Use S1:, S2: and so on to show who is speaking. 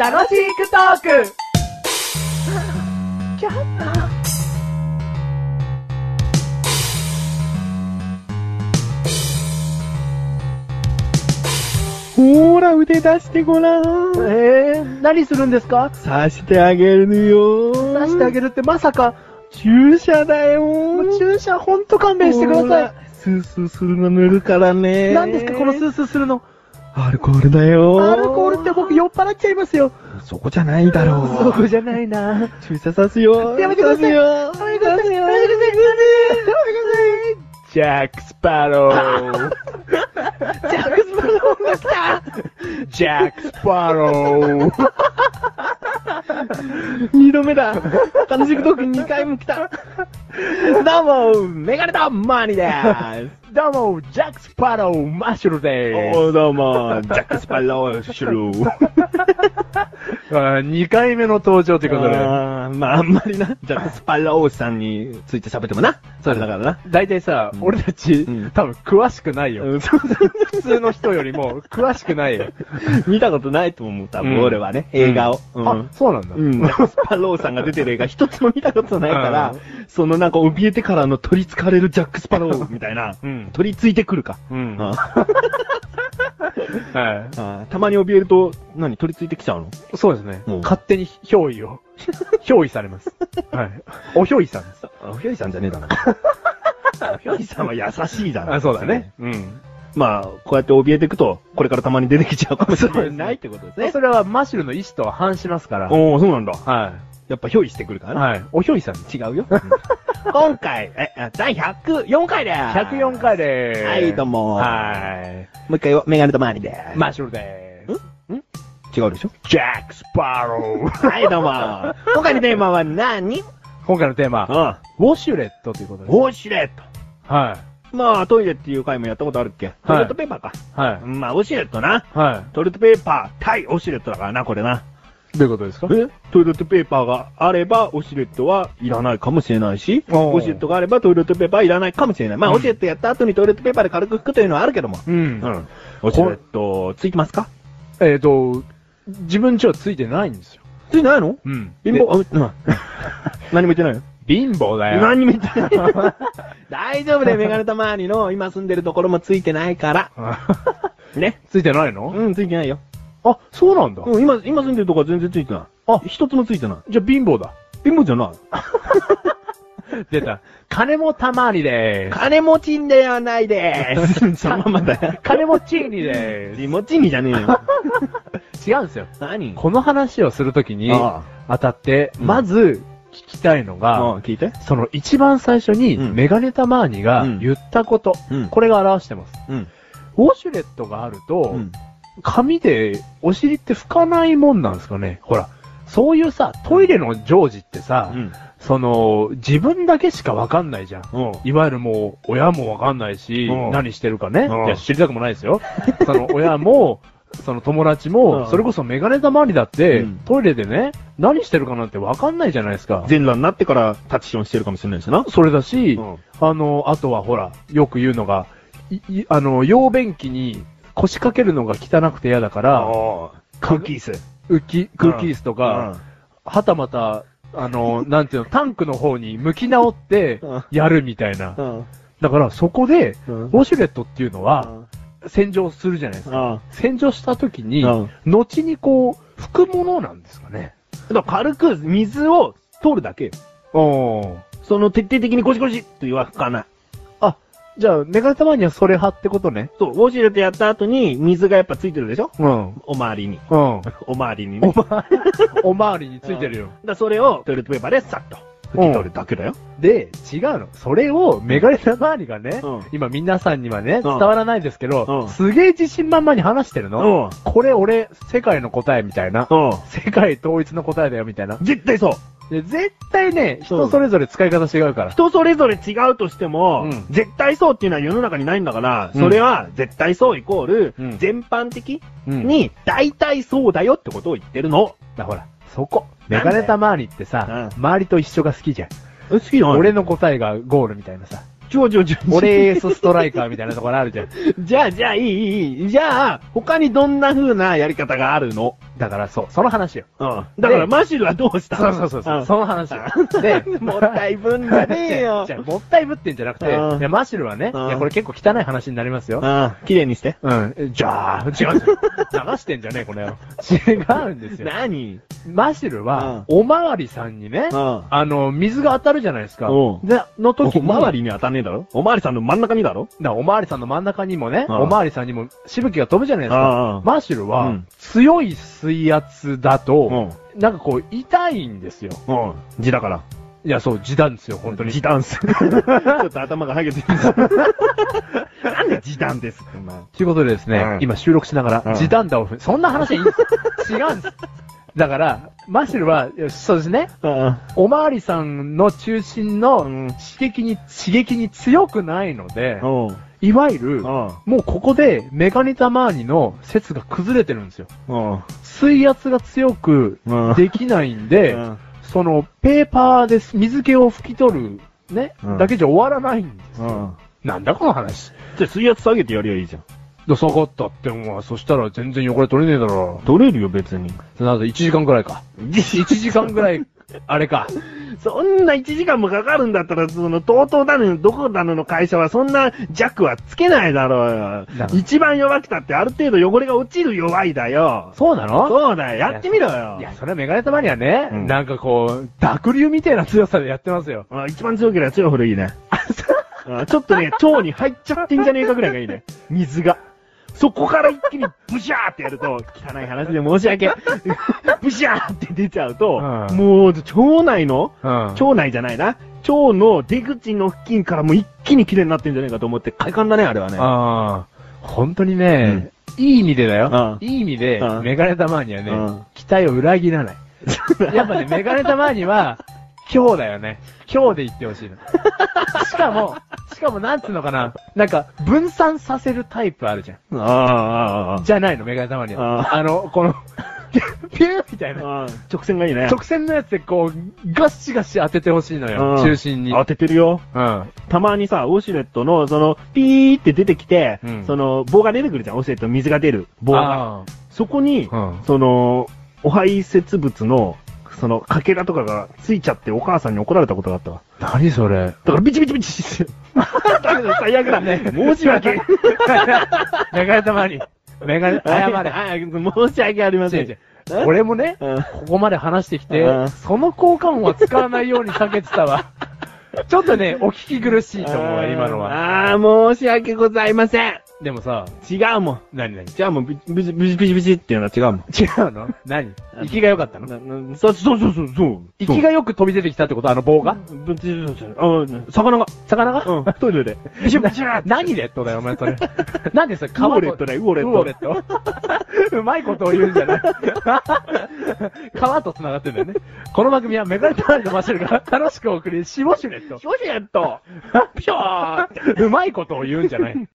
S1: 楽しくトーク
S2: ほーら、腕出してごら
S1: え
S2: ん。
S1: ー、何するんですか
S2: 刺してあげるよ。
S1: 出してあげるってまさか、
S2: 注射だよ。
S1: 注射ほんと勘弁してくだ
S2: ほ
S1: さい
S2: ら。。スースーするの塗るからね。
S1: 何ですかこのスースーするの。
S2: アルコールだよ。
S1: アルコールって僕酔っ払っちゃいますよ。
S2: そこじゃないだろう。
S1: そこじゃないな。
S2: 注射刺すよ。
S1: やめてください
S2: 刺すよ。
S1: めてください。やめてくだ
S2: ジャック・スパロ
S1: さ
S2: ー。
S1: い。ジャックスパローが来た
S2: ジャック・スパロー。二度目だ。楽しくトーク二回も来た。どうも、メガネとマニです。どうも、ジャック・スパロー、マッシュルです。おどうも、 ジャック・スパロー、シュルー。
S3: 2回目の登場ということで。
S2: あーまあ、あんまりな、ジャック・スパローさんについて喋ってもな、それだからな。
S3: 大体さ、俺たち、
S2: うん
S3: 多分詳しくないよ。
S2: うんそうそう
S3: 普通の人よりも詳しくないよ。
S2: 見たことないと思う、多分、
S3: うん
S2: 俺はね、映画を。うん
S3: あ、そうなんだ。
S2: うん、スパローさんが出てる映画一つも見たことないから、
S3: う
S2: そのなんか怯えてからの取りつかれるジャック・スパローみたいな、
S3: うん。
S2: 取りついてくるか。
S3: うん。は
S2: ああたまに怯えると、何、取りついてきちゃうの
S3: い。そうですね
S2: うん。
S3: 勝手に憑依を。 憑依されます。はい。お憑依さんです。
S2: あおひょいさんじゃねえだな。お ひょいさんは優しいだな。
S3: あ、そうだね。。うん。
S2: まあ、こうやって怯えていくと、これからたまに出てきちゃうかもしれないってことですね。
S3: それはマシュルの意思とは反しますから。
S2: おおそうなんだ。
S3: は
S2: やっぱひょいしてくるか
S3: い。
S2: らな。
S3: はい。お憑依さんです。
S2: 違うよ。今回、え、あ第104回です。
S3: 104。回でーす。
S2: はい、どうも。
S3: は
S2: もう一回は、メガネとマーニーで
S3: い。マシュルでーす。
S2: 違うでしょ
S3: ジャック・スパロー。
S2: はい、どうも。 今回のテーマは何
S3: 今回のテーマ、
S2: あ
S3: ウォシュレットということです。
S2: ウォシュレッ
S3: はい。
S2: ト。まあ、トイレっていう回もやったことあるっけ、トイレットペーパーか。
S3: は
S2: まあ、ウォシュレットな。
S3: い。は
S2: トイレットペーパー対ウォシュレットだからな、これな。
S3: い。どういうことですか
S2: えトイレットペーパーがあれば、ウォシュレットはいらないかもしれないし、ウ
S3: おう
S2: ォシュレットがあればトイレットペーパーはいらないかもしれない。まあ、
S3: うん
S2: ウォシュレットやった後にトイレットペーパーで軽く拭くというのはあるけども。
S3: う
S2: うんん。ウォシュレット、ついてますか
S3: えっ、と、自分ちはついてないんですよ。
S2: ついてないの
S3: うん
S2: 貧
S3: 貧乏
S2: 乏、あうん。何も言ってないよ。
S3: 貧乏だよ。
S2: 何も言ってない。大丈夫だよ、メガネたまわりの今住んでるところもついてないから。ね。
S3: ついてないの、
S2: うん、ついてないよ。
S3: あ、そうなんだ。
S2: うん、今、今住んでるとこは全然ついてない。あ、一つもついてない。
S3: じゃあ貧乏だ。
S2: 貧乏じゃない。
S3: 出た。金もたまにでーす。
S2: 金持ちんではないでー す。そのままだよ。
S3: 金持ちにで
S2: 金持ちにじゃねえよ。
S3: ーす。違うんですよ。
S2: 何
S3: この話をするときに、
S2: あ
S3: 当たって、
S2: うん
S3: まず、聞きたい
S2: あ、
S3: の
S2: も
S3: が、
S2: う聞いて。
S3: その一番最初に、
S2: うん
S3: メガネたまーにが言ったこと、
S2: うん
S3: これが表してます。
S2: うん。
S3: ウォシュレットがあると、
S2: うん。
S3: 紙でお尻って拭かないもんなんですかねほら、そういうさ、トイレの常時ってさ、
S2: うん。
S3: その、自分だけしかわかんないじゃん。
S2: うん。
S3: いわゆるもう、親もわかんないし、
S2: うん
S3: 何してるかね。
S2: うん
S3: いや、知りたくもないで すよ。その、親も、その友達も、
S2: うん
S3: それこそメガネたまわりだって、
S2: うん
S3: トイレでね、何してるかなんてわかんないじゃないですか。
S2: 全裸になってからタッチションしてるかもしれないしな。
S3: それだし、
S2: うん
S3: あの、あとはほら、よく言うのが、いいあの、用便器に腰掛けるのが汚くて嫌だから、
S2: ああ、クッキース。
S3: 浮き、空気椅子とか、
S2: うん
S3: はたまた、あの、なんていうの、タンクの方に向き直って、やるみたいな。
S2: うん。
S3: だから、そこで、
S2: うん。
S3: ウォシュレットっていうのは、
S2: あ
S3: 洗浄するじゃないです
S2: あ。
S3: か。洗浄した時に、
S2: うん
S3: 後にこう、拭くものなんですかね。
S2: だから軽く水を取るだけよ。
S3: おー。
S2: その徹底的にゴシゴシっては拭かない。
S3: じゃあ、メガネたまにはそれ派ってことね。
S2: そう、ウォシュレットやった後に水がやっぱついてるでしょ
S3: うん。うん。
S2: おまわりに。
S3: お
S2: おまわりにね。だか
S3: ま、おまわりについてるよ。
S2: らそれをトイレットペーパーでさっと拭き取るだけだよ。
S3: で、違うの。それを、メガネたまわりがね、
S2: うん
S3: 今皆さんにはね、
S2: う
S3: 伝
S2: ん
S3: わらないですけど、
S2: うん
S3: すげえ自信満々に話してる
S2: う
S3: の。
S2: ん。
S3: これ俺、世界の答えみたいな。
S2: うん。
S3: 世界統一の答えだよみたいな。
S2: 絶対そう。
S3: で絶対ね、人それぞれ使い方違うから。
S2: 人それぞれ違うとしても、
S3: うん
S2: 絶対そうっていうのは世の中にないんだから、
S3: うん
S2: それは絶対そうイコール、
S3: うん
S2: 全般的
S3: うん
S2: に大体そうだよってことを言ってるの。
S3: だほら、そこ。
S2: な
S3: メ
S2: んだよ
S3: ガネた周りってさ、
S2: う
S3: 周りと一緒が好きじゃん。
S2: 好きな
S3: 俺
S2: 俺、
S3: の答えがゴールみたいなさ。
S2: ちょちょちょ。
S3: 俺エースストライカーみたいなところある じゃん。
S2: じゃあ、じゃあ、いい、いい、いい。じゃあ、他にどんな風なやり方があるの
S3: だからそう、その話よ。
S2: うん。だから、
S3: で
S2: マシルはどうした
S3: そう
S2: の
S3: そうそうそう、
S2: ん
S3: その話 よ。で、
S2: もったいぶんだねえよ。
S3: じゃあもったいぶってんじゃなくて、
S2: うん
S3: いやマシルはね、い
S2: うん
S3: や、これ結構汚い話になりますよ。
S2: ああ、綺麗にして。
S3: うん。え じゃあ、違うんですよ。流してんじゃねえ、この野郎。違うんですよ。
S2: 何
S3: マシルは、おまわりさんにね、
S2: うん
S3: あの、水が当たるじゃないですか。
S2: うん
S3: で、の時
S2: お
S3: に、
S2: まわりに当たんねえだろおまわりさんの真ん中にだろ
S3: だおまわりさんの真ん中にもね、
S2: うん
S3: おまわりさんにもしぶきが飛ぶじゃないです
S2: ああ
S3: か。マシルは、
S2: うん
S3: 強い水圧だと、なんかこう、痛いんですよ。
S2: うん。字だから。
S3: いや、そう、時短ですよ、本当に。
S2: 時短っ す。ちょっと頭がハゲてる。なんで時短ですって、お前。
S3: ということでですね、
S2: うん
S3: 今収録しなが
S2: うん
S3: ら、時短だを踏む、そんな話はいいんですよ違うんです。だから、マシルは、いやそうですね、おまわりさんの中心の
S2: うん
S3: 刺激に、刺激に強くないので、
S2: うん。
S3: いわゆる、
S2: うん。
S3: もうここでメガニタマーニの説が崩れてるんですよ。
S2: うん。
S3: 水圧が強く
S2: うん
S3: できないんで、
S2: うん
S3: そのペーパーです水気を拭き取るね、
S2: うん
S3: だけじゃ終わらないんです。
S2: うん。
S3: なんだこの話。
S2: じゃあ水圧下げてやりゃいいじゃん。
S3: だ下がったってもう、そしたら全然汚れ取れねえだろ。
S2: 取れるよ、別に。
S3: なんだ、1時間くら いか。1時間くらい、あれか。
S2: そんな1時間もかかるんだったら、その、TOTO だの、どこだのの会社はそんな弱はつけないだろうよ
S3: だ。
S2: 一番弱くたってある程度汚れが落ちる弱いだよ。
S3: そうなの
S2: そうだよ、やってみろよ
S3: い。や、それはメガネたまにはね、
S2: うん
S3: なんかこう、濁流みたいな強さでやってますよ。
S2: あ一番強ければ強いほどい いね。あちょっとね、腸に入っちゃってんじゃねえかぐらいがいいね。水が。そこから一気にブシャーってやると、汚い話で申し訳。 ブシャーって出ちゃうと、
S3: うん
S2: もう腸内の
S3: うん
S2: 腸内じゃないな。腸の出口の付近からもう一気に綺麗になってんじゃねえかと思って快感だね、あれはね。
S3: ああ、本当にね、いい意味でだよ。
S2: う
S3: いい意味で
S2: う、ん
S3: メガネたまにはね、
S2: うん
S3: 期待を裏切 らない。やっぱね、メガネたまには、今日だよね。今日で言ってほしいの。しかも、しかもなんつうのかな、なんか、分散させるタイプあるじゃん。
S2: ああ、ああ、
S3: じゃないの、メガネたまには。
S2: あ
S3: あの、この、ピューみたいな。
S2: ああ。直線がいいね。
S3: 直線のやつでこう、ガッシガシ当ててほしいのよ、
S2: うん
S3: 中心に。
S2: 当ててるよ。
S3: うん。
S2: たまにさ、ウォシュレットの、その、ピーって出てきて、
S3: うん
S2: その、棒が出てくるじゃん、ウォシュレットの水が出る棒が。
S3: あ
S2: そこに、
S3: うん
S2: その、お排泄物の、その、かけらとかがついちゃってお母さんに怒られたことがあったわ。
S3: ー何それ。
S2: だからビチビチビチしてる。だけど最悪だ ね。申し訳。
S3: メガネたまに。メガネ、謝れ。
S2: はい申し訳ありま せん。
S3: 違う違う俺もね、
S2: うん
S3: ここまで話してきて
S2: うん、
S3: その交換音は使わないように避けてたわ。ちょっとね、お聞き苦しいと思うわ、今のは。
S2: あーあー、申し訳ございません。
S3: でもさ、
S2: 違うもん。
S3: 何何違
S2: じゃあもう、ビビチビチビチビチっていうのは違うもん。
S3: うの何息が良かったの
S2: ななそうそうそうそうそう。
S3: 息がよく飛び出てきたってことあの棒が
S2: ぶちぶちぶちあ、魚が。
S3: 魚が
S2: うん、トイレで。ビチビチって。
S3: 何レットだよ、お前 それ。なんでそれ、
S2: ウォレットだよ、ウォレ
S3: ウォレ
S2: ット。
S3: ット。うまいことを言うんじゃない。 川と繋がってんだよね。この番組はメガネタワーのマシュルが楽しくお送り、シウォシュレット。
S2: ウォシュレット。ピョーって。
S3: うまいことを言うんじゃない。